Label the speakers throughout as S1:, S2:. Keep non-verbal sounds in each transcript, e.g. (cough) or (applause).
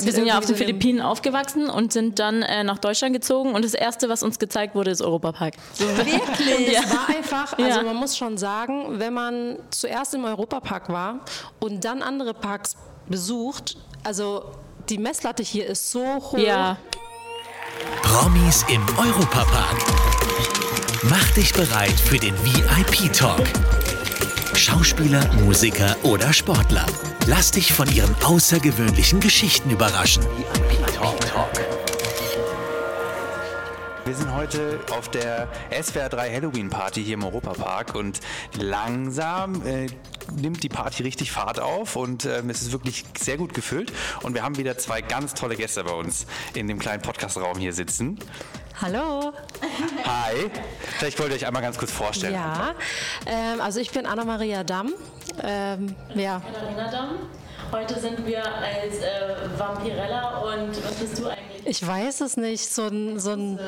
S1: wir sind ja auf den Philippinen aufgewachsen und sind dann äh, nach Deutschland gezogen und das erste, was uns gezeigt wurde, ist Europapark.
S2: So. Wirklich?
S1: Ja.
S2: Es war einfach,
S1: Ja.
S2: also man muss schon sagen, wenn man zuerst im Europapark war und dann andere Parks besucht, also die Messlatte hier ist so hoch.
S1: Ja,
S3: Promis im Europapark. Mach dich bereit für den VIP-Talk. Schauspieler, Musiker oder Sportler. Lass dich von ihren außergewöhnlichen Geschichten überraschen.
S4: Wir sind heute auf der SWR3 Halloween Party hier im Europapark und langsam äh, nimmt die Party richtig Fahrt auf und ähm, es ist wirklich sehr gut gefüllt. Und wir haben wieder zwei ganz tolle Gäste bei uns in dem kleinen Podcastraum hier sitzen.
S2: Hallo.
S4: Hi, vielleicht wollt ihr euch einmal ganz kurz vorstellen.
S2: Ja. Ähm, also ich bin Anna-Maria Damm. Ähm, ja.
S1: Heute sind wir als äh, Vampirella und was bist du eigentlich?
S2: Ich weiß es nicht, so ein, so ein,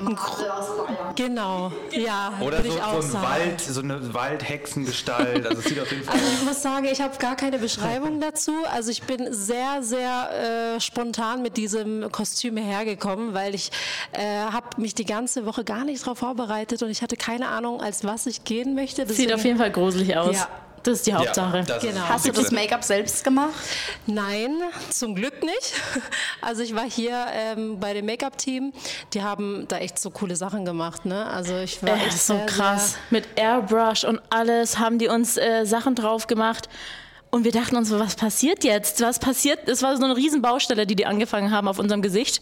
S2: ein Gro- Genau, ja,
S4: Oder
S2: würde
S4: so,
S2: ich auch
S4: so ein
S2: sagen.
S4: Wald, so eine Waldhexengestalt. Also es sieht auf
S2: (laughs)
S4: jeden Fall.
S2: Also ich muss sagen, ich habe gar keine Beschreibung dazu. Also ich bin sehr, sehr äh, spontan mit diesem Kostüm hergekommen, weil ich äh, habe mich die ganze Woche gar nicht darauf vorbereitet und ich hatte keine Ahnung, als was ich gehen möchte.
S1: Sieht auf jeden Fall gruselig aus.
S2: Ja.
S1: Das ist die Hauptsache.
S4: das ist
S2: Genau.
S4: das
S5: Hast du das
S4: Wichtigste.
S5: Make-up selbst gemacht?
S2: Nein, zum Glück nicht. (laughs) Also ich war hier ähm, bei dem Make-up-Team. Die haben da echt so coole Sachen gemacht. Ne? Also ich war
S1: Äh,
S2: echt
S1: so
S2: sehr,
S1: krass. Mit Airbrush und alles haben die uns äh, Sachen drauf gemacht. Und wir dachten uns, so, was passiert jetzt? Was passiert? Es war so eine riesen Baustelle, die die angefangen haben auf unserem Gesicht.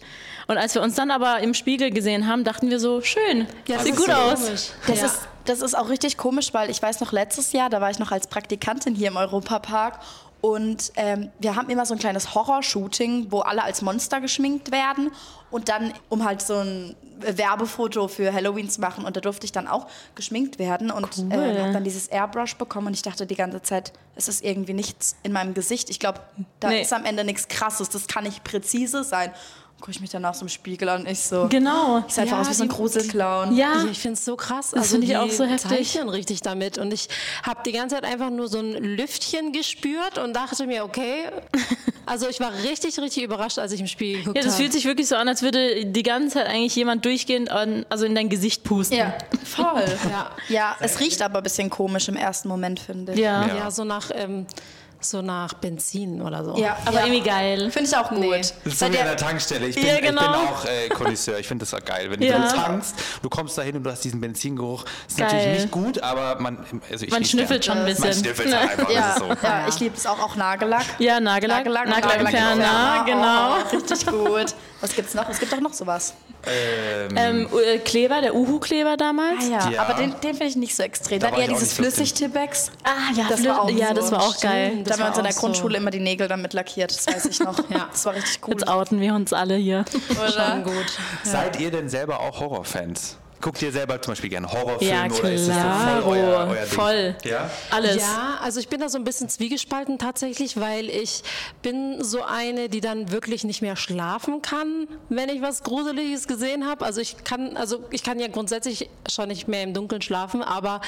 S1: Und als wir uns dann aber im Spiegel gesehen haben, dachten wir so, schön,
S2: Sehr, ja,
S1: sieht
S2: das
S1: gut
S2: ist so
S1: aus.
S2: komisch.
S5: Das,
S2: ja.
S5: ist, das ist auch richtig komisch, weil ich weiß noch letztes Jahr, da war ich noch als Praktikantin hier im Europapark und ähm, wir haben immer so ein kleines Horror-Shooting, wo alle als Monster geschminkt werden und dann, um halt so ein Werbefoto für Halloween zu machen und da durfte ich dann auch geschminkt werden und äh, habe dann dieses Airbrush bekommen und ich dachte die ganze Zeit, es ist irgendwie nichts in meinem Gesicht. Ich glaube, da
S1: Nee.
S5: ist am Ende nichts Krasses, das kann nicht präzise sein. Gucke ich mich danach so im Spiegel an und ich so,
S1: Genau.
S5: ich sah einfach
S2: Ja,
S5: aus wie so ein
S2: die-
S5: Gruselclown.
S1: Ja,
S2: Also, Ich finde es so krass. Also,
S1: Das find ich
S2: die
S1: auch so heftig.
S2: zeichnen richtig damit. Und ich habe die ganze Zeit einfach nur so ein Lüftchen gespürt und dachte
S1: (laughs)
S2: mir, okay. Also ich war richtig, richtig überrascht, als ich im Spiel geguckt
S1: ja,
S2: habe.
S1: das fühlt sich wirklich so an, als würde die ganze Zeit eigentlich jemand durchgehend an, also in dein Gesicht pusten.
S5: Ja, voll.
S2: Ja.
S5: Ja, es riecht aber ein bisschen komisch im ersten Moment, finde ich.
S1: Ja.
S2: ja, so nach... Ähm, so nach Benzin oder so.
S5: ja
S1: Aber
S5: ja.
S1: irgendwie geil.
S5: Finde ich auch gut.
S4: Das ist so
S5: Seid
S4: wie an
S5: ihr-
S4: der Tankstelle. Ich bin,
S1: Ja, genau.
S4: ich bin auch äh, Connoisseur. Ich finde das auch geil. Wenn
S1: Ja.
S4: du so tankst, du kommst da hin und du hast diesen Benzingeruch. Ist
S1: Geil.
S4: natürlich nicht gut, aber man. Also ich
S1: Man
S4: riech's
S1: schnüffelt schon
S4: gern.
S1: ein bisschen.
S4: Man schnüffelt halt einfach.
S5: ja,
S4: Das ist so.
S5: ja, ich liebe es auch, auch Nagellack.
S1: Ja, Nagellack,
S5: Nagellack,
S1: Nagellackentferner,
S5: Nagellackentferner,
S1: genau.
S5: Oh, oh, richtig gut. Was gibt's noch? Es gibt doch noch sowas.
S1: Ähm, äh, Kleber, der Uhu-Kleber damals.
S5: Ah, ja,
S4: Ja.
S5: aber den, den finde ich nicht so extrem.
S4: Da
S5: Dann
S4: war
S5: eher
S4: ich auch
S5: dieses
S4: nicht so drin.
S5: Flüssig-Tibex.
S1: Ah, ja,
S5: Das war auch
S1: ja,
S5: so.
S1: das war auch geil.
S2: Stimmt.
S5: Da
S2: Das
S5: haben wir
S2: war
S5: uns in der
S2: auch so.
S5: Grundschule immer die Nägel damit lackiert, das weiß
S1: (laughs)
S5: ich noch.
S2: Ja.
S5: Das war richtig cool.
S1: Jetzt outen wir uns alle hier.
S2: Schon gut.
S4: Seid ihr denn selber auch Horrorfans? Guckt ihr selber zum Beispiel gerne Horrorfilme
S1: Ja,
S4: oder ist das so
S1: klaro.
S4: voll euer, euer
S1: Voll.
S4: Ding? Ja?
S1: Alles.
S2: Ja, also ich bin da so ein bisschen zwiegespalten tatsächlich, weil ich bin so eine, die dann wirklich nicht mehr schlafen kann, wenn ich was Gruseliges gesehen habe. Also ich kann, also ich kann ja grundsätzlich schon nicht mehr im Dunkeln schlafen, aber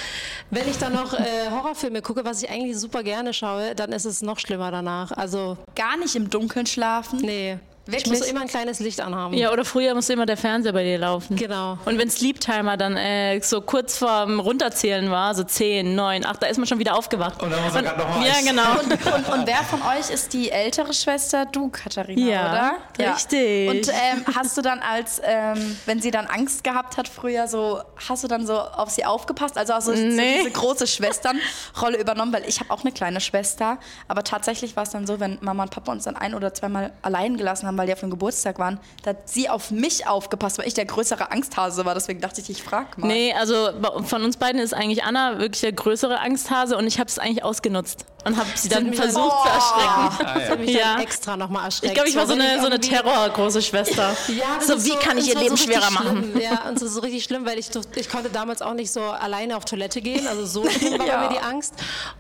S2: wenn ich dann noch äh, Horrorfilme gucke, was ich eigentlich super gerne schaue, dann ist es noch schlimmer danach. Also
S5: Gar nicht im Dunkeln schlafen.
S2: nee, ich
S5: Wirklich?
S2: muss so immer ein kleines Licht anhaben.
S1: Ja, oder früher musste immer der Fernseher bei dir laufen.
S2: Genau.
S1: Und wenn Sleep Timer dann äh, so kurz vorm Runterzählen war, so 10, 9, 8, da ist man schon wieder aufgewacht.
S4: Und dann muss man grad noch mal
S1: Ja,
S4: eins. (laughs)
S1: genau.
S5: Und, und, und wer von euch ist die ältere Schwester? Du, Katharina,
S1: Ja,
S5: oder?
S1: richtig.
S5: Und ähm, hast du dann als, ähm, wenn sie dann Angst gehabt hat früher, so, hast du dann so auf sie aufgepasst? Also hast du
S1: Nee.
S5: so diese große Schwesternrolle übernommen? Weil ich habe auch eine kleine Schwester. Aber tatsächlich war es dann so, wenn Mama und Papa uns dann ein- oder zweimal allein gelassen haben, weil die auf dem Geburtstag waren, da hat sie auf mich aufgepasst, weil ich der größere Angsthase war. Deswegen dachte ich, ich frag mal.
S1: Nee, also bei- von uns beiden ist eigentlich Anna wirklich der größere Angsthase und ich habe es eigentlich ausgenutzt und habe sie dann
S2: mich
S1: versucht zu erschrecken.
S2: Das hat mich
S1: Ja.
S2: dann extra nochmal erschreckt.
S1: Ich glaube, ich war so
S2: wenn
S1: eine, so eine
S2: irgendwie-
S1: terrorgroße Schwester.
S2: Ja, das
S1: so,
S2: ist
S1: wie kann ich
S2: das
S1: ihr
S2: war
S1: Leben
S2: richtig
S1: schwerer machen?
S2: Schlimm. Ja, und das ist so richtig schlimm, weil ich, durfte- ich konnte damals auch nicht so alleine auf Toilette gehen. Also
S1: (laughs)
S2: so schlimm war
S5: Ja.
S2: bei mir die Angst.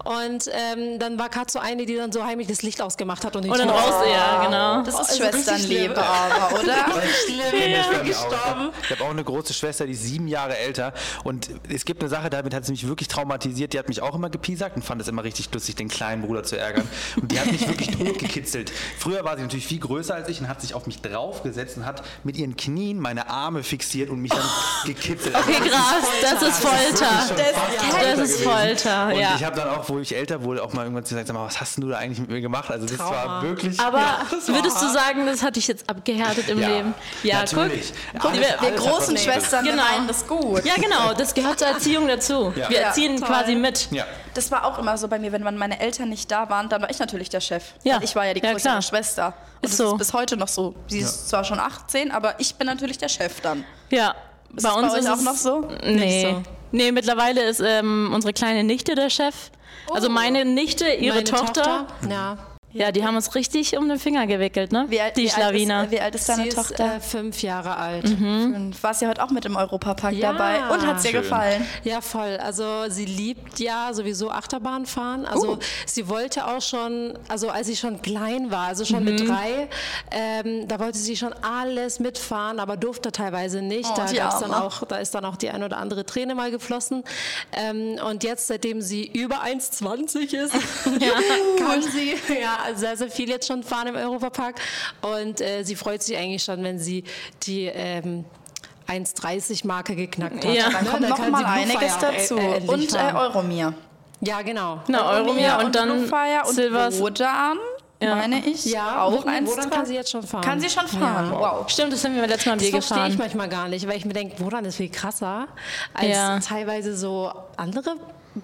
S2: Und ähm, dann war Katz so eine, die dann so heimlich das Licht ausgemacht hat und die
S1: Und dann
S2: Tür-
S1: raus, ja, genau.
S5: Das ist
S2: Also
S5: Schwesternliebe aber, oder?
S6: (laughs)
S2: Schlimm,
S6: Ich bin
S2: ja.
S6: bei mir auch.
S2: gestorben.
S6: Ich habe auch eine große Schwester, die ist sieben Jahre älter. Und es gibt eine Sache, damit hat sie mich wirklich traumatisiert. Die hat mich auch immer gepiesackt und fand es immer richtig lustig, den kleinen Bruder zu ärgern. Und die hat mich wirklich
S1: (laughs)
S6: totgekitzelt. Früher war sie natürlich viel größer als ich und hat sich auf mich draufgesetzt und hat mit ihren Knien meine Arme fixiert und mich dann
S1: (laughs)
S6: gekitzelt. Also,
S1: Okay, krass, das ist Folter.
S6: das ist schon fast Folter
S1: Oh. Das ist
S6: gewesen.
S1: Folter,
S6: Und
S1: ja.
S6: ich habe dann auch, wo ich älter wurde, auch mal irgendwann gesagt, sag mal, was hast denn du da eigentlich mit mir gemacht? Also das war
S2: Trauma.
S6: wirklich...
S1: Aber
S6: Ja, das war
S1: würdest du sagen, das hat dich jetzt abgehärtet im
S6: Ja,
S1: Leben? Ja,
S6: natürlich.
S1: guck.
S6: Alles-
S1: wir,
S5: Wir
S1: wir,
S6: alles-
S5: großen
S6: Nee.
S5: Schwestern, wir
S1: Genau.
S5: meinen das gut.
S1: ja, genau, das gehört zur Erziehung dazu.
S6: Ja.
S1: Wir
S6: Ja,
S1: erziehen
S5: toll.
S1: quasi mit.
S6: Ja.
S5: Das war auch immer so bei mir, wenn man- meine Eltern nicht da waren, dann war ich natürlich der Chef.
S1: Ja.
S5: Weil Ich war ja die
S1: Ja,
S5: größere
S1: klar.
S5: Schwester. Und
S1: Ist
S5: das
S1: so.
S5: ist bis heute noch so. Sie ist zwar schon 18, aber ich bin natürlich der Chef dann.
S1: Ja,
S5: Ist das bei euch auch noch so?
S1: Nee.
S5: Nicht so.
S1: Nee, mittlerweile ist ähm, unsere kleine Nichte der Chef.
S5: Oh.
S1: Also meine Nichte, ihre
S2: Meine
S1: Tochter.
S2: Ja.
S1: Ja, die haben uns richtig um den Finger gewickelt, ne?
S5: Wie alt,
S1: die
S5: wie
S1: Schlawiner.
S5: Alt ist, wie alt ist
S2: Sie
S5: deine
S2: ist
S5: Tochter?
S2: äh, fünf Jahre alt.
S5: Fünf. Warst ja heute auch mit im Europapark
S2: Ja.
S5: dabei. Und hat's dir
S6: Schön.
S5: gefallen?
S2: Ja, voll. Also sie liebt ja sowieso Achterbahn fahren.
S5: Oh.
S2: Also sie wollte auch schon, also als sie schon klein war, also schon
S5: Mhm.
S2: mit drei, ähm, da wollte sie schon alles mitfahren, aber durfte teilweise nicht.
S5: Oh,
S2: da
S5: die
S2: gab's dann
S5: Arme.
S2: auch, da ist dann auch die ein oder andere Träne mal geflossen. Ähm, und jetzt, seitdem sie über 1,20
S5: (laughs)
S2: ist, (laughs) kann sie ja sehr, sehr viel jetzt schon fahren im Europapark. Und äh, sie freut sich eigentlich schon, wenn sie die ähm, 1,30 Marke geknackt hat.
S1: Ja.
S5: Dann
S2: Ja,
S5: kommt
S2: ne, da
S5: noch
S2: kann
S5: mal
S2: sie Blue
S5: einiges
S2: Fire, äh,
S5: dazu.
S2: äh, endlich
S5: und äh,
S2: fahren.
S5: Euromir.
S2: ja, genau.
S1: Na, Euromir und, dann
S5: Fire und
S1: Silvers.
S5: Rodan, meine ich.
S2: Ja,
S5: auch
S2: Rodan-
S5: eins.
S2: Rodan
S5: dran.
S2: kann sie jetzt schon fahren.
S5: Kann sie schon fahren. Wow.
S1: Stimmt, das sind wir letztes Mal am
S2: Das
S1: Bier
S2: verstehe ich
S1: gefahren.
S2: manchmal gar nicht, weil ich mir denke, Wodan ist viel krasser als
S1: Ja.
S2: teilweise so andere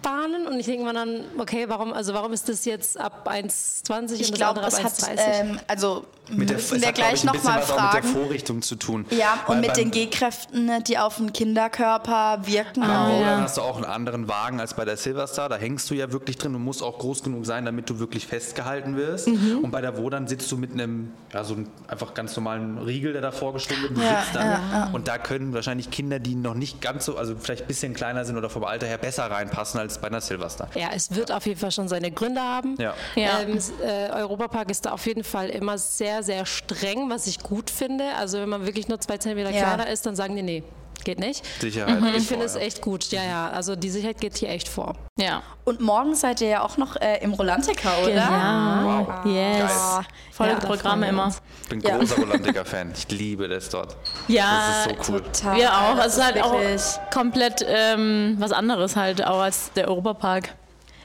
S2: Bahnen. Und ich denke mir dann, okay, warum, also warum ist das jetzt ab 1,20 und
S5: Ich
S2: das
S5: glaube,
S2: andere ab
S5: das hat,
S2: 1,30?
S5: ähm, also müssen
S6: es
S5: wir
S6: hat, glaub
S5: gleich
S6: ich, ein bisschen
S5: nochmal
S6: was auch mit der
S5: fragen.
S6: Vorrichtung zu tun.
S5: Ja,
S6: Weil
S5: und mit
S6: beim-
S5: den G-Kräften, ne, die auf den Kinderkörper wirken.
S6: Beim Roller
S1: ja.
S6: hast du auch einen anderen Wagen als bei der Silverstar. Da hängst du ja wirklich drin und musst auch groß genug sein, damit du wirklich festgehalten wirst.
S5: Mhm.
S6: Und bei der Wodan sitzt du mit einem, ja, so einem einfach ganz normalen Riegel, der davor gestimmt wird. und du
S5: Ja,
S6: sitzt dann. Und da können wahrscheinlich Kinder, die noch nicht ganz so, also vielleicht ein bisschen kleiner sind oder vom Alter her besser reinpassen als bei einer Silverstar.
S2: Ja, es wird auf jeden Fall schon seine Gründe haben.
S6: Ja.
S1: Ja.
S2: Ähm, s- äh, Europapark ist da auf jeden Fall immer sehr, sehr streng, was ich gut finde. Also wenn man wirklich nur zwei Zentimeter
S5: Ja.
S2: kleiner ist, dann sagen die, nee, geht nicht.
S5: Mhm,
S6: Sicherheit geht
S2: Ich finde es
S6: vor, ja.
S2: echt gut. Ja, ja, also die Sicherheit geht hier echt vor.
S1: Ja.
S5: Und morgen seid ihr ja auch noch äh, im Rolantica, oder?
S1: Genau.
S6: Wow.
S1: Yes.
S6: Geil.
S1: Volle
S2: Ja, da freuen
S1: Programme
S2: wir
S1: immer.
S2: uns.
S6: Ich bin
S5: Ja.
S6: großer Rolandiker-Fan. Ich liebe das dort.
S1: Ja,
S6: Das ist so cool.
S5: Total.
S1: Wir auch.
S5: Das
S1: Also es ist halt
S5: wirklich-
S1: auch komplett ähm, was anderes halt auch als der Europapark.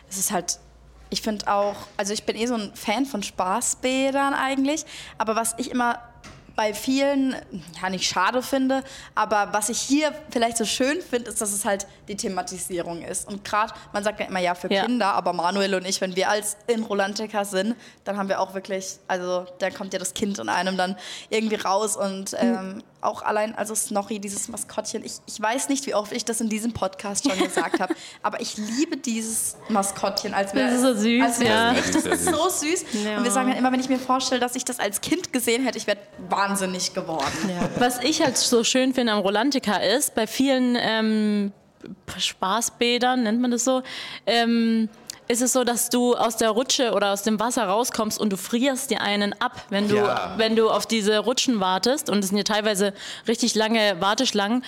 S5: es ist halt, ich finde auch, also ich bin eh so ein Fan von Spaßbädern eigentlich, aber was ich immer bei vielen, ja nicht schade finde, aber was ich hier vielleicht so schön finde, ist, dass es halt die Thematisierung ist. Und gerade, man sagt ja immer, ja, für
S1: Ja.
S5: Kinder, aber Manuel und ich, wenn wir als in Rolantica sind, dann haben wir auch wirklich, also da kommt ja das Kind in einem dann irgendwie raus
S1: Hm.
S5: und ähm, auch allein, also Snorri, dieses Maskottchen, ich, ich weiß nicht, wie oft ich das in diesem Podcast schon
S1: (laughs)
S5: gesagt habe, aber ich liebe dieses Maskottchen, als wäre
S1: Das ist so süß,
S5: als wäre
S1: ja.
S5: es echt, das ist so süß.
S2: Ja.
S5: Und wir sagen dann immer, wenn ich mir vorstelle, dass ich das als Kind gesehen hätte, ich wäre wahnsinnig geworden.
S1: Was ich halt so schön finde am Rolantica ist, bei vielen ähm, Spaßbädern, nennt man das so, ähm, ist es so, dass du aus der Rutsche oder aus dem Wasser rauskommst und du frierst dir einen ab, wenn du,
S6: Ja.
S1: wenn du auf diese Rutschen wartest. Und es sind ja teilweise richtig lange Warteschlangen.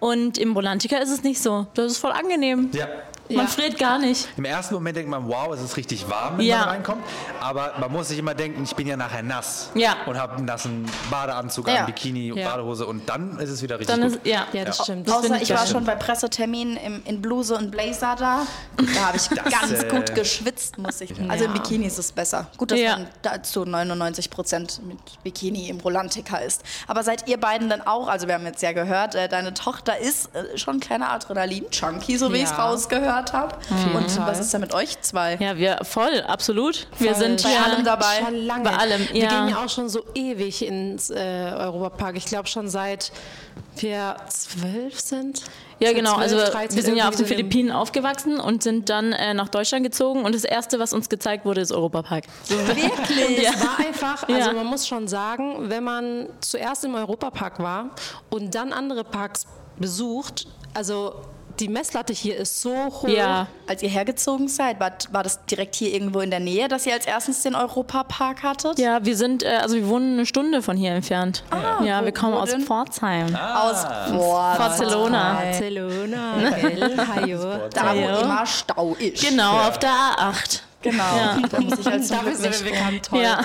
S1: Und im Rolantica ist es nicht so. Das ist voll angenehm.
S6: Ja,
S1: Man friert gar nicht.
S6: Im ersten Moment denkt man, wow, es ist richtig warm, wenn
S1: Ja.
S6: man reinkommt. Aber man muss sich immer denken, ich bin ja nachher nass.
S1: Ja.
S6: Und habe einen nassen Badeanzug,
S5: Ja.
S6: an, Bikini,
S2: Ja.
S6: Badehose. Und dann ist es wieder richtig
S1: Dann ist,
S6: gut.
S1: ja.
S2: Ja, das
S6: Ja.
S2: stimmt.
S1: Das
S2: Das
S1: find
S5: Außer
S1: ich
S5: ich war
S1: bestimmt.
S5: schon bei Presseterminen im, in Bluse und Blazer da. Da habe ich ganz
S6: äh,
S5: gut geschwitzt, muss ich. Also im Bikini ist es besser. Gut, dass
S1: Ja.
S5: man da zu 99 Prozent mit Bikini im Rolantica ist. Aber seid ihr beiden dann auch, also wir haben jetzt ja gehört, äh, deine Tochter ist äh, schon ein kleiner Adrenalin-Junkie, so wie ich es
S2: Ja.
S5: rausgehört habe. Und
S2: Fall.
S5: was ist denn mit euch zwei?
S1: Ja, wir voll, absolut. Wir sind
S5: Bei
S1: ja,
S5: allem dabei.
S2: Schon lange.
S1: Bei allem,
S2: Wir
S1: ja.
S2: gehen ja auch schon so ewig ins äh, Europapark. Ich glaube schon seit wir zwölf sind.
S1: Ja,
S2: Seit
S1: genau.
S2: zwölf,
S1: Also wir
S2: dreizehn,
S1: sind ja auf den
S2: irgendwie so in dem-
S1: Philippinen aufgewachsen und sind dann äh, nach Deutschland gezogen. Und das Erste, was uns gezeigt wurde, ist Europapark.
S5: Wirklich?
S2: Es war einfach, also
S1: Ja.
S2: man muss schon sagen, wenn man zuerst im Europapark war und dann andere Parks besucht, also die Messlatte hier ist so hoch.
S1: Ja.
S5: Als ihr hergezogen seid, war, war das direkt hier irgendwo in der Nähe, dass ihr als erstens den Europapark hattet?
S1: Ja, wir sind, äh, also wir wohnen eine Stunde von hier entfernt. ja,
S5: wo-
S1: wir kommen
S5: wo
S1: aus
S5: denn?
S1: Pforzheim.
S5: Aus boah,
S1: Barcelona.
S2: Barcelona,
S5: (laughs)
S2: El Hayo.
S5: Da, wo
S1: Ja.
S5: immer Stau ist.
S1: Genau, auf der A8.
S5: Genau.
S1: Ja.
S5: Da muss ich halt zum
S2: Dafür
S5: Glück
S2: sind
S5: nicht.
S2: wir bekannt.
S1: (laughs)
S2: Toll.
S1: Ja.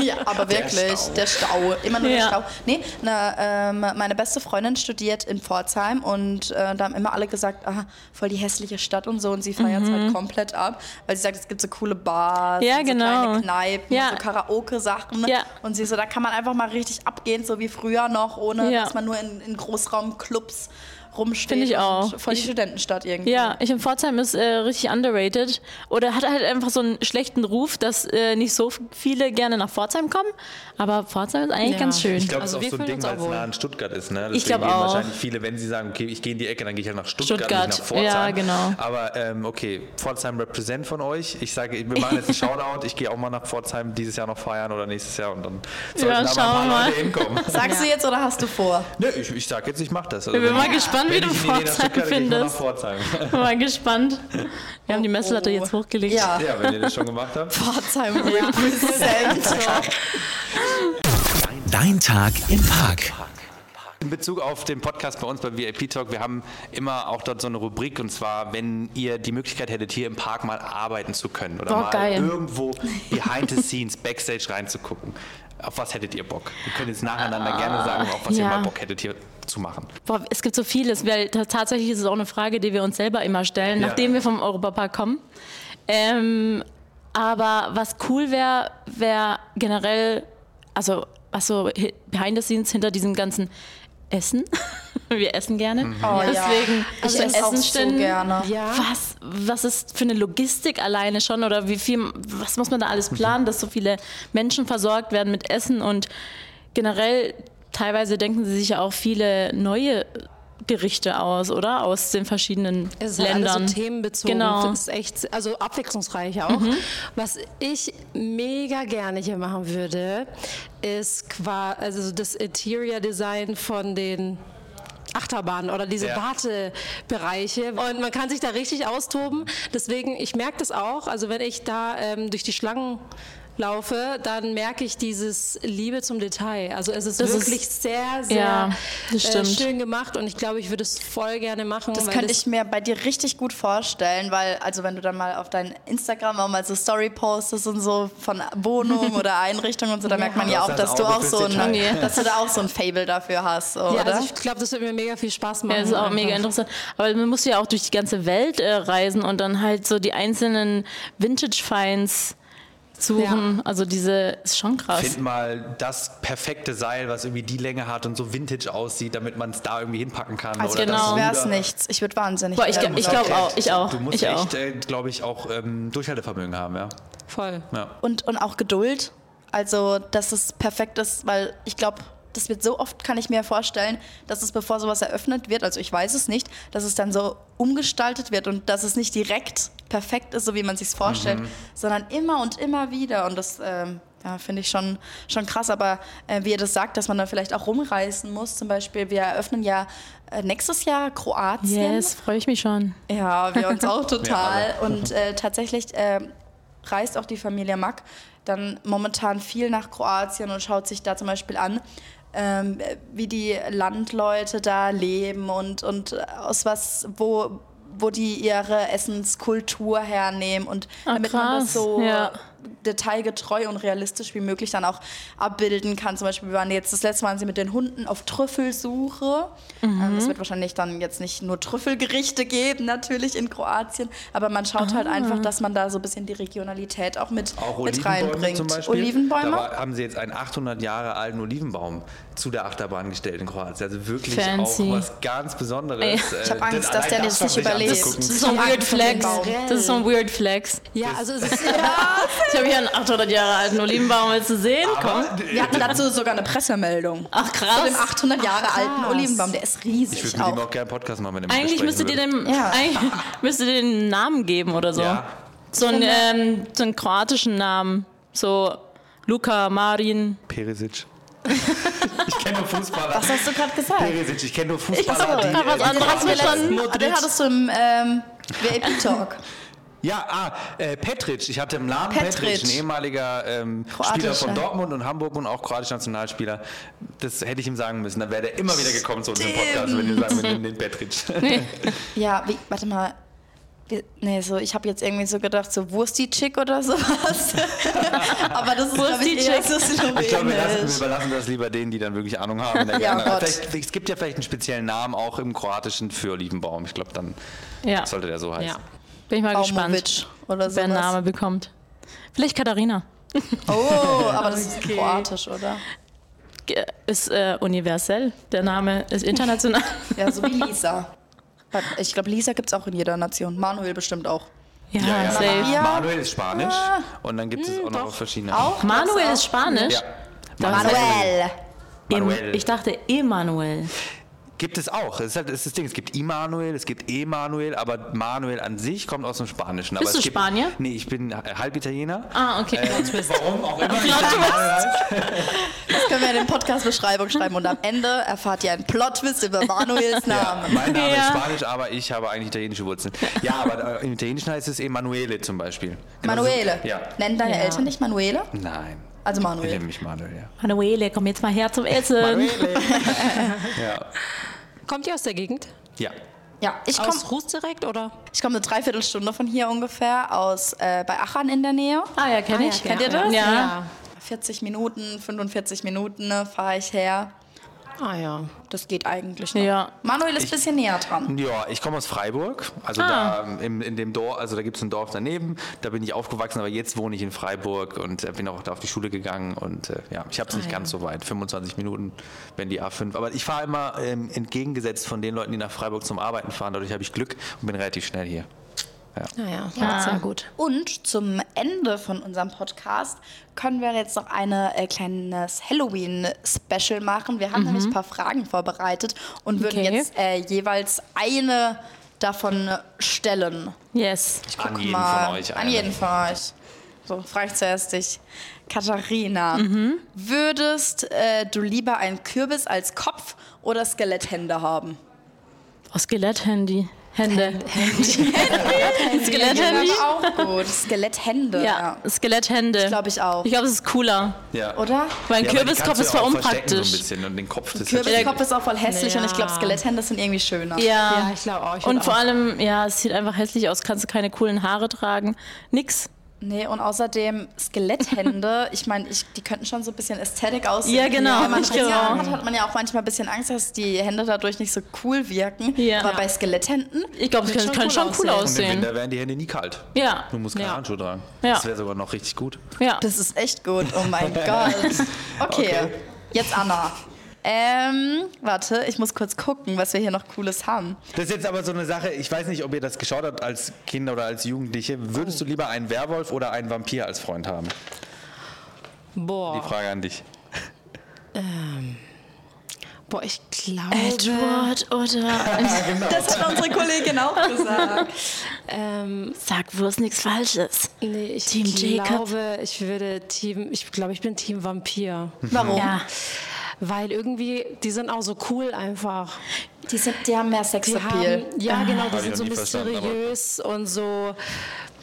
S5: Ja, aber wirklich, der Stau. Immer nur
S1: Ja.
S5: der Stau. Nee, na, ähm, meine beste Freundin studiert in Pforzheim und äh, da haben immer alle gesagt, ah, voll die hässliche Stadt und so. Und sie feiert es halt komplett ab, weil sie sagt, es gibt so coole Bars,
S1: Mhm. Ja,
S5: und
S1: genau.
S5: so kleine Kneipen,
S1: Ja.
S5: und so Karaoke-Sachen.
S1: Ja.
S5: Und sie so, da kann man einfach mal richtig abgehen, so wie früher noch, ohne
S1: Ja.
S5: dass man nur in, in Großraumclubs rumsteht.
S1: Finde ich
S5: und
S1: auch.
S5: Voll die
S1: Ich-
S5: Studentenstadt irgendwie.
S1: Ja, ich finde Pforzheim ist äh, richtig underrated oder hat halt einfach so einen schlechten Ruf, dass äh, nicht so viele gerne nach Pforzheim kommen. Aber Pforzheim ist eigentlich
S2: Ja.
S1: ganz schön.
S6: Ich glaube,
S2: Also
S6: es
S2: wir
S6: ist auch so
S2: fühlen
S6: ein Ding,
S2: uns
S6: weil
S2: auch
S6: es
S2: wohl.
S6: nah an Stuttgart ist. Ne?
S1: Ich
S6: Deswegen
S1: glaub
S6: gehen
S1: auch.
S6: wahrscheinlich viele, wenn sie sagen, okay, ich gehe in die Ecke, dann gehe ich halt nach Stuttgart,
S1: Stuttgart,
S6: nicht nach Pforzheim.
S1: ja, genau.
S6: Aber ähm, okay, Pforzheim represent von euch. Ich sage, wir machen
S1: (laughs)
S6: jetzt einen Shoutout. Ich gehe auch mal nach Pforzheim dieses Jahr noch feiern oder nächstes Jahr und dann sollten da mal
S1: schauen
S6: ein
S1: wir
S6: paar
S1: mal.
S6: Leute
S1: (laughs)
S6: hinkommen.
S5: Sagst du jetzt oder hast du vor?
S6: Nö, ich, ich sag jetzt, ich mach das. Also,
S1: Ich bin
S6: wenn
S1: mal
S6: ich-
S1: gespannt, wie
S6: wenn
S1: du
S6: ich in die Nähe nach
S1: Pforzheim
S6: Stuttgart gehe, gehe ich mal nach
S1: findest.
S6: Pforzheim.
S1: Bin (laughs) mal gespannt. Wir haben die Messlatte
S5: oh.
S1: jetzt hochgelegt.
S5: Ja.
S6: (laughs) Ja, wenn ihr das schon gemacht habt.
S5: Pforzheim (laughs) represent.
S3: Dein Tag im Park.
S6: In Bezug auf den Podcast bei uns bei VIP Talk, wir haben immer auch dort so eine Rubrik und zwar, wenn ihr die Möglichkeit hättet, hier im Park mal arbeiten zu können oder
S1: Boah,
S6: mal
S1: geil.
S6: irgendwo behind the scenes, Backstage reinzugucken. Auf was hättet ihr Bock? Wir können jetzt nacheinander gerne sagen, auf was ihr
S1: Ah. ja.
S6: mal Bock hättet, hier zu machen.
S1: Boah, es gibt so vieles, weil t- tatsächlich ist es auch eine Frage, die wir uns selber immer stellen,
S6: Ja.
S1: nachdem wir vom Europapark kommen. Ähm, aber was cool wäre, wäre generell, also was so hi- behind the scenes hinter diesem ganzen Essen. (laughs) wir essen gerne.
S5: Oh, ja.
S1: Deswegen,
S5: Ich
S1: also
S5: esse auch so
S1: Essenstunden,
S5: gerne.
S2: Ja.
S1: Was, was ist für eine Logistik alleine schon oder wie viel, was muss man da alles planen, dass so viele Menschen versorgt werden mit Essen und generell teilweise denken sie sich ja auch viele neue Gerichte aus, oder? Aus den verschiedenen
S2: Es ist halt
S1: Ländern.
S2: alles so themenbezogen.
S1: Genau. Mhm.
S2: Das ist echt, also abwechslungsreich auch. Was ich mega gerne hier machen würde, ist qua, also das Interior Design von den Achterbahnen oder diese
S6: Ja.
S2: Wartebereiche. Und man kann sich da richtig austoben. Deswegen, ich merke das auch. Also wenn ich da ähm, durch die Schlangen laufe, dann merke ich dieses Liebe zum Detail. Also es ist
S1: Das ist-
S2: wirklich sehr, sehr
S1: Ja, das
S2: äh,
S1: stimmt.
S2: schön gemacht und ich glaube, ich würde es voll gerne machen.
S5: Das
S2: weil
S5: könnte ich mir bei dir richtig gut vorstellen, weil, also wenn du dann mal auf dein Instagram auch mal so Story postest und so von Wohnung (laughs) oder Einrichtung und so, da merkt man ja
S6: hast
S5: auch,
S6: das
S5: dass du
S6: Auge
S5: auch
S6: fürs
S5: so ein,
S6: Detail.
S5: dass du da auch so ein Fable dafür hast, so,
S2: Ja,
S5: oder?
S2: also ich glaube, das wird mir mega viel Spaß machen.
S1: Ja, das ist auch mega interessant. Aber man muss ja auch durch die ganze Welt äh, reisen und dann halt so die einzelnen Vintage-Finds suchen. Also diese, ist schon krass.
S6: Find mal das perfekte Seil, was irgendwie die Länge hat und so vintage aussieht, damit man es da irgendwie hinpacken kann.
S5: also
S6: oder
S1: genau.
S6: das
S5: ich wär's
S6: Ruder.
S5: nichts. Ich würde wahnsinnig
S1: Boah, ich,
S5: werden,
S1: glaub- ich glaube
S5: glaub
S1: auch, ich auch.
S6: Du musst
S1: ich auch.
S6: echt, äh, glaube ich, auch ähm, Durchhaltevermögen haben, ja.
S2: Voll.
S6: ja.
S5: Und, und auch Geduld. Also, dass es perfekt ist, weil ich glaube, das wird so oft, kann ich mir vorstellen, dass es bevor sowas eröffnet wird, also ich weiß es nicht, dass es dann so umgestaltet wird und dass es nicht direkt perfekt ist, so wie man sich vorstellt, sondern immer und immer wieder. Und das ähm, ja, finde ich schon, schon krass. Aber äh, wie ihr das sagt, dass man dann vielleicht auch rumreisen muss. Zum Beispiel, wir eröffnen ja äh, nächstes Jahr Kroatien.
S1: Yes, freue ich mich schon.
S5: Ja, wir
S1: (laughs)
S5: uns auch total. Und äh, tatsächlich äh, reist auch die Familie Mack dann momentan viel nach Kroatien und schaut sich da zum Beispiel an, ähm, wie die Landleute da leben und, und aus was, wo wo die ihre Essenskultur hernehmen und
S1: Ah,
S5: damit man
S1: krass.
S5: das so
S1: Ja.
S5: detailgetreu und realistisch wie möglich dann auch abbilden kann. Zum Beispiel, wir waren jetzt das letzte Mal sie mit den Hunden auf Trüffelsuche. Ähm, es wird wahrscheinlich dann jetzt nicht nur Trüffelgerichte geben, natürlich in Kroatien, aber man schaut halt einfach, dass man da so ein bisschen die Regionalität auch mit,
S6: Auch
S5: mit
S6: Olivenbäume
S5: reinbringt.
S6: zum Beispiel. Da
S5: Olivenbäume?
S6: war- haben sie jetzt einen 800 Jahre alten Olivenbaum zu der Achterbahn gestellt in Kroatien. Also wirklich
S1: Fancy.
S6: auch was ganz Besonderes. Äh,
S1: Ey,
S5: ich hab Angst, dass der das nicht überlebt.
S1: Das
S6: überlebt.
S1: ist so ein
S5: Angst
S1: Weird
S5: vor dem
S1: Flex.
S5: Baum.
S1: Das ist so ein Weird Flex.
S2: Ja, also
S1: (laughs)
S2: es ist
S1: Ich habe hier einen 800 Jahre alten Olivenbaum mal zu sehen.
S6: Ah.
S1: Komm.
S5: Wir hatten dazu sogar eine Pressemeldung.
S1: Ach
S5: Zu dem
S1: krass.
S5: 800 Jahre alten Olivenbaum, der ist
S6: Ich würde
S5: riesig
S6: mit ihm
S5: auch.
S6: auch gerne einen Podcast machen, wenn er mit mir
S1: Eigentlich
S6: sprechen
S1: müsstet ihr
S6: würde.
S1: dem
S5: Ja.
S1: (laughs) eigentlich müsstet ihr den Namen geben oder so.
S6: Ja.
S1: So, einen, ähm, so einen kroatischen Namen. So Luka, Marin. (laughs)
S6: Perisic. Ich kenne nur Fußballer.
S5: Was hast du gerade gesagt?
S6: Perisic, ich kenne nur
S5: Ach so,
S6: Fußballer,
S5: gerade was
S6: die,
S5: anderes
S6: äh, die
S5: verstanden. Den hattest du im ähm, VIP-Talk.
S6: Ja, ah, äh, Petric. Ich hatte im Namen
S5: Petric.
S6: Petric, ein ehemaliger ähm, Spieler
S5: Kroatischer.
S6: von Dortmund und Hamburg und auch kroatischer Nationalspieler. Das hätte ich ihm sagen müssen. Dann wäre der immer wieder gekommen zu uns im Podcast, wenn wir sagen, wir nehmen den Petric.
S5: Ja, wie, warte mal. Wie- Nee, so, ich habe jetzt irgendwie so gedacht, so Wursti-Chick oder (laughs) sowas. Aber das ist, glaube ich, eher so
S6: Ich glaube, wir, lassen, wir
S5: slowenisch.
S6: überlassen das lieber denen, die dann wirklich Ahnung haben. in der
S5: Ja,
S6: Gerne.
S5: Gott.
S6: vielleicht, es gibt ja vielleicht einen speziellen Namen auch im Kroatischen für Olivenbaum. Ich glaube, dann
S1: Ja,
S6: sollte der so heißen.
S2: Ja.
S1: bin ich mal gespannt,
S5: Baumovic oder
S1: wer einen
S5: sowas.
S1: Name bekommt. Vielleicht Katharina.
S5: Oh, aber das ist kroatisch, oder?
S1: Ge- Ist äh, universell. Der Name ist international.
S5: Ja, so wie Lisa. Warte, Ich glaube, Lisa gibt es auch in jeder Nation. Manuel bestimmt auch.
S1: ja,
S6: (laughs) Ja, ja.
S1: safe.
S5: Ja.
S6: Manuel ist Spanisch und dann gibt es auch noch verschiedene.
S5: Auch?
S1: Manuel ist Spanisch.
S6: Ja.
S5: Manuel.
S1: Em-
S6: Manuel.
S1: Ich dachte Emanuel.
S6: Gibt es auch. Es ist, halt, es ist das Ding. Es gibt Immanuel, es gibt Emanuel, aber Manuel an sich kommt aus dem Spanischen. aber
S1: Bist du
S6: es gibt,
S1: Spanier?
S6: Nee, ich bin äh, halb Italiener.
S1: Ah, okay.
S6: Ähm, Warum auch immer.
S1: Plot
S6: ich
S1: Twist.
S6: Manuel heiße.
S5: Das können wir in den Podcast-Beschreibung schreiben. Und am Ende erfahrt ihr einen Plot-Twist über Manuels Namen.
S6: Mein Name ist
S1: Ja.
S6: Spanisch, aber ich habe eigentlich italienische Wurzeln. Ja, aber äh, im Italienischen heißt es Emanuele zum Beispiel. Genauso-
S5: Manuele.
S6: Ja.
S5: Nennen deine
S1: Ja.
S5: Eltern dich Manuele?
S6: Nein.
S5: Also
S6: Ich nenne
S5: Manuel.
S6: mich Manuel, ja.
S1: Manuele, komm jetzt mal her zum Essen.
S6: ja.
S2: Kommt ihr aus der Gegend?
S6: Ja.
S5: Ja, ich komme
S2: Aus Ruß direkt oder?
S5: ich komm eine Dreiviertelstunde von hier ungefähr, aus äh, bei Achern in der Nähe.
S1: Ah ja, kenne ich.
S5: Kennt ihr das?
S1: Ja.
S5: 40 Minuten, 45 Minuten ne, fahre ich her.
S2: Ah ja.
S5: Das geht eigentlich noch.
S1: Ja.
S5: Manuel ist ein bisschen näher dran.
S6: Ja, ich komme aus Freiburg. Also
S1: Ah.
S6: da ähm, im, in dem Dorf, also da gibt es ein Dorf daneben. Da bin ich aufgewachsen, aber jetzt wohne ich in Freiburg und äh, bin auch da auf die Schule gegangen. Und äh, ja, ich habe es nicht ganz so weit. 25 Minuten, wenn die A5. Aber ich fahre immer ähm, entgegengesetzt von den Leuten, die nach Freiburg zum Arbeiten fahren. Dadurch habe ich Glück und bin relativ schnell hier.
S2: Naja, ja. sehr gut.
S5: Und zum Ende von unserem Podcast können wir jetzt noch ein äh, kleines Halloween-Special machen. Wir haben nämlich ein paar Fragen vorbereitet und würden
S1: Mhm. Okay.
S5: jetzt äh, jeweils eine davon stellen.
S1: Yes.
S6: An jeden von euch.
S5: An
S6: eine.
S5: jeden von euch. So, frage ich zuerst dich. Katharina, würdest äh, du lieber einen Kürbis als Kopf oder Skeletthände haben?
S1: Oh, Skelett-Handy. Hände. (laughs)
S5: Skeletthände?
S1: Skelett-Handy?
S5: auch gut. Skeletthände,
S1: Ja,
S5: ja.
S1: Skeletthände.
S5: Glaube ich auch.
S1: Ich glaube, es ist cooler.
S6: Ja.
S5: Oder?
S1: Weil ein
S6: Ja, aber die
S1: Kürbiskopf
S6: kannst du
S1: ist
S6: ja
S1: zwar
S6: auch verstecken
S1: unpraktisch.
S6: So ein bisschen und den Kopf. Das ist
S5: Kürbiskopf ist auch voll hässlich und ich glaube,
S2: Ja.
S5: Skeletthände sind irgendwie schöner.
S1: ja.
S2: Ja, ich glaube auch. Ich
S1: Und
S2: würd
S1: vor
S2: auch-
S1: allem, ja, es sieht einfach hässlich aus. Kannst du keine coolen Haare tragen. Nix.
S5: Nee, und außerdem
S1: (laughs)
S5: Skeletthände, ich meine, ich, die könnten schon so ein bisschen Ästhetik aussehen.
S1: Ja, genau,
S5: Wenn man
S1: ich (laughs)
S5: Rasier
S1: genau.
S5: hat, hat man ja auch manchmal ein bisschen Angst, dass die Hände dadurch nicht so cool wirken.
S1: Ja.
S5: Aber bei Skeletthänden
S1: Ich glaube, es
S2: Wird
S1: kann kann
S2: schon cool
S1: schon cool
S6: Und im
S1: aussehen.
S6: Winter werden die Hände nie kalt.
S1: Ja,
S6: Du musst keine
S2: Ja.
S6: Handschuhe tragen.
S1: Ja.
S6: Das wäre sogar noch richtig gut.
S1: ja.
S5: Das ist echt gut, oh mein Gott. Okay,
S6: Okay.
S5: jetzt Anna. Ähm, warte, ich muss kurz gucken, was wir hier noch Cooles haben.
S6: Das ist jetzt aber so eine Sache, ich weiß nicht, ob ihr das geschaut habt als Kinder oder als Jugendliche. Würdest du lieber einen Werwolf oder einen Vampir als Freund haben? Die
S2: Boah.
S6: Frage an dich.
S2: Boah, ich glaube.
S1: Edward oder.
S5: Das hat unsere Kollegin auch gesagt.
S2: Ähm,
S1: Sag bloß nichts Falsches.
S2: nee, ich
S1: Team Jacob.
S2: glaube, ich würde Team. Ich glaube, ich bin Team Vampir.
S5: (laughs) Warum?
S1: Ja.
S2: Weil irgendwie, die sind auch so cool einfach.
S5: Die, sind, die haben mehr
S2: Die
S5: Sexappeal.
S2: haben,
S1: Ah.
S2: ja, genau, die
S6: ich
S2: sind
S6: noch
S2: so
S6: nie verstanden, aber-
S2: mysteriös und so.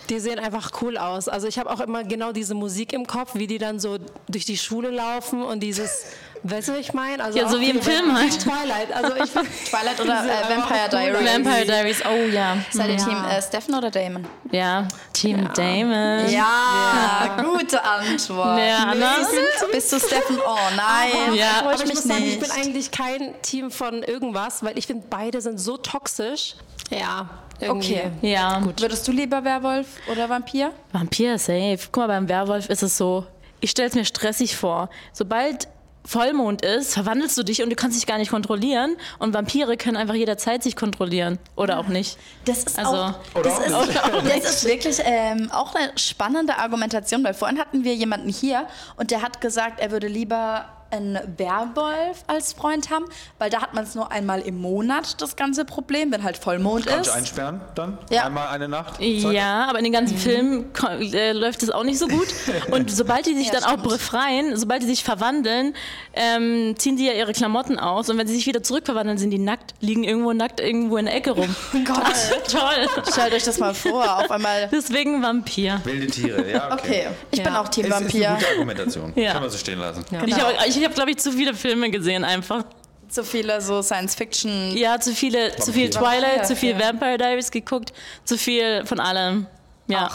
S2: Die sehen einfach cool aus. Also ich habe auch immer genau diese Musik im Kopf, wie die dann so durch die Schule laufen und dieses, weißt du, was ich meine? Also
S1: Ja, so
S2: auch
S1: wie im
S2: die-
S1: Film halt.
S2: Twilight. Also ich
S5: Twilight oder,
S2: die
S5: äh,
S2: sind einfach
S5: Vampire
S2: cool aus.
S5: Diaries.
S1: Vampire Diaries, oh ja.
S5: Seid ihr Team äh, Steffen oder Damon?
S1: Ja, Team Damon.
S5: Ja, gute Antwort.
S1: Ja, Anna?
S5: Bist du Steffen? Oh nein,
S1: Ja.
S5: freut
S2: Aber ich
S5: mich
S2: muss sagen, ich
S5: nicht.
S2: bin eigentlich kein Team von irgendwas, weil ich finde, beide sind so toxisch. Ja, irgendwie.
S5: Okay.
S1: Ja.
S5: Würdest du lieber Werwolf oder Vampir?
S1: Vampir safe. Guck mal, beim Werwolf ist es so, ich stelle es mir stressig vor. Sobald Vollmond ist, verwandelst du dich und du kannst dich gar nicht kontrollieren. Und Vampire können einfach jederzeit sich kontrollieren. Oder auch nicht.
S5: Ah, Das ist
S1: Also-
S5: auch, das ist, (laughs) das ist wirklich ähm, auch eine spannende Argumentation, weil vorhin hatten wir jemanden hier und der hat gesagt, er würde lieber einen Werwolf als Freund haben, weil da hat man es nur einmal im Monat, das ganze Problem, wenn halt Vollmond
S6: Kannst
S5: ist.
S6: du einsperren dann?
S5: Ja.
S6: Einmal eine Nacht?
S1: Ja, aber in den
S5: Mhm.
S1: ganzen Filmen ko- äh, läuft es auch nicht so gut. Und sobald die sich
S5: Ja,
S1: dann auch
S5: stimmt.
S1: befreien, sobald die sich verwandeln, ähm, ziehen die ja ihre Klamotten aus. Und wenn sie sich wieder zurückverwandeln, sind die nackt, liegen irgendwo nackt irgendwo in der Ecke
S5: (laughs)
S1: rum.
S5: Gott,
S1: Toll.
S5: stellt euch das mal vor, auf einmal.
S1: Deswegen Vampir.
S6: Wilde Tiere, ja. Okay.
S5: Okay, ich bin
S2: Ja.
S5: auch Team
S6: Es ist eine
S5: Vampir.
S6: gute Argumentation.
S1: Ja.
S6: Kann man so stehen lassen.
S1: Ich habe,
S5: Genau.
S1: ich hab, glaube ich, zu viele Filme gesehen einfach.
S5: So viele so Science-Fiction.
S1: Ja, zu viele, zu viel
S5: Vampir,
S1: Twilight, zu viel
S5: ja.
S1: Vampire Diaries geguckt, zu viel von allem. Ja.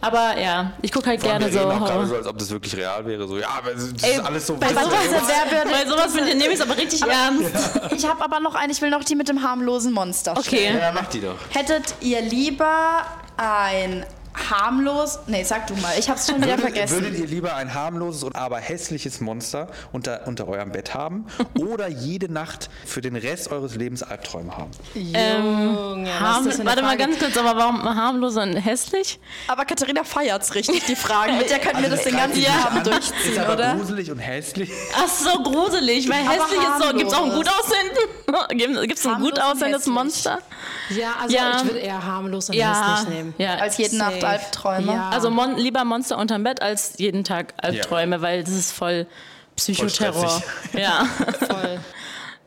S1: Aber ja, ich gucke halt gerne
S6: Wir eh reden
S1: so.
S6: auch gerade
S1: Horror.
S6: so, als ob das wirklich real wäre. So, ja, aber das ist alles so.
S5: bei
S6: das-
S5: sowas- Werwölfe-
S1: Bei sowas bin ich- nehme ich es aber richtig ernst.
S5: Ich habe aber noch einen, ich will noch die mit dem harmlosen Monster.
S1: Okay.
S6: ja, mach die doch.
S5: Hättet ihr lieber ein harmlos. Nee, sag du mal, ich hab's schon wieder vergessen.
S6: Würdet ihr lieber ein harmloses und aber hässliches Monster unter, unter eurem Bett haben oder jede Nacht für den Rest eures Lebens Albträume haben?
S1: Ähm, harm,
S2: das für eine
S1: warte mal
S2: Frage?
S1: ganz kurz, aber warum harmlos und hässlich?
S5: Aber Katharina feiert's richtig, die Fragen. Mit der könnten wir das den ganzen
S6: Äh, Greift
S5: Abend
S6: an,
S5: durchziehen,
S6: Ist aber
S5: oder?
S6: gruselig und hässlich.
S1: Ach so, gruselig, weil
S5: Aber
S1: hässlich ist so. Gibt's auch ein gut
S5: harmlos.
S1: aussehendes? (laughs) Gibt's ein
S5: Harmlos
S1: gut
S5: und
S1: aussehendes
S5: hässlich.
S1: Monster?
S2: Ja, also
S1: Ja.
S2: ich würde eher harmlos und
S1: Ja,
S2: hässlich nehmen.
S1: ja.
S5: Als jede
S2: Safe.
S5: Nacht Albträume.
S2: Ja.
S1: Also mon lieber Monster unterm Bett als jeden Tag Albträume, weil das ist voll Psychoterror.
S5: (laughs)
S1: ja.
S2: Voll.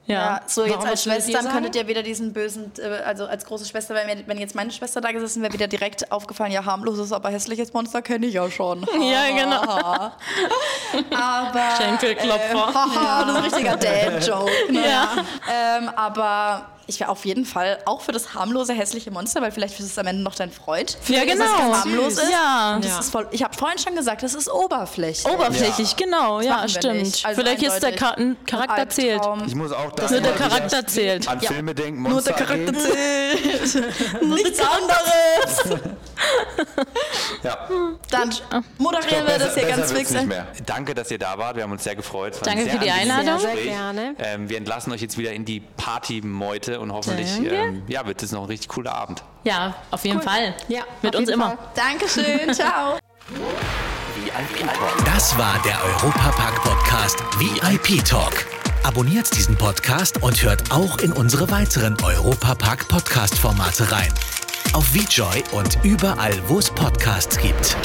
S1: ja.
S5: Ja, so jetzt
S2: Warum
S5: als
S2: was würdet ihr
S5: Schwestern
S2: sagen?
S5: könntet ihr wieder diesen bösen, äh, also als große Schwester, wenn, mir- wenn jetzt meine Schwester da gesessen wäre, wieder direkt aufgefallen, ja, harmloses, aber hässliches Monster kenne ich ja (laughs) schon.
S1: Ja, genau.
S5: (laughs) Aber. äh,
S1: Schenkelklopfer.
S5: (laughs) Haha, das ist ein richtiger Dad-Joke. Ne?
S1: Ja.
S5: Ähm, aber ich wäre auf jeden Fall auch für das harmlose, hässliche Monster, weil vielleicht ist es am Ende noch dein Freund.
S1: Ja,
S5: dass es
S1: genau.
S5: ganz harmlos ist.
S1: Ja.
S5: Und Oh, Das ist voll, ich habe vorhin schon gesagt, das ist oberflächlich.
S1: Oberflächlich, genau, ja,
S5: machen wir
S1: stimmt.
S5: nicht. Also
S1: Vielleicht ist der
S5: eindeutig.
S1: Ka ein Charakter zählt.
S5: Albtraum.
S6: Ich muss auch da
S1: Nur der
S6: immer wieder
S1: Charakter zählt.
S6: an
S5: Ja.
S6: Filme denken.
S5: Nur
S6: Monster
S5: der
S6: AG.
S5: Charakter zählt. Nichts anderes.
S6: Ja.
S5: Dann moderieren wir das hier
S6: Besser
S5: ganz
S6: wird's
S5: fix.
S6: nicht mehr. Danke, dass ihr da wart. Wir haben uns sehr gefreut. Es war ein
S1: Danke
S6: sehr
S1: für die
S6: angenehmes
S1: Einladung.
S2: Sehr, sehr
S6: Gespräch.
S2: gerne.
S6: Ähm, wir entlassen euch jetzt wieder in die Partymeute und hoffentlich
S1: Danke.
S6: ähm, ja, wird es noch ein richtig cooler Abend.
S1: Ja, auf jeden Fall.
S2: Ja,
S1: Mit
S2: auf
S1: uns
S2: jeden
S1: immer.
S2: Fall.
S5: Dankeschön, ciao.
S3: Das war der Europapark-Podcast VIP Talk. Abonniert diesen Podcast und hört auch in unsere weiteren Europapark-Podcast-Formate rein. Auf VJoy und überall, wo es Podcasts gibt.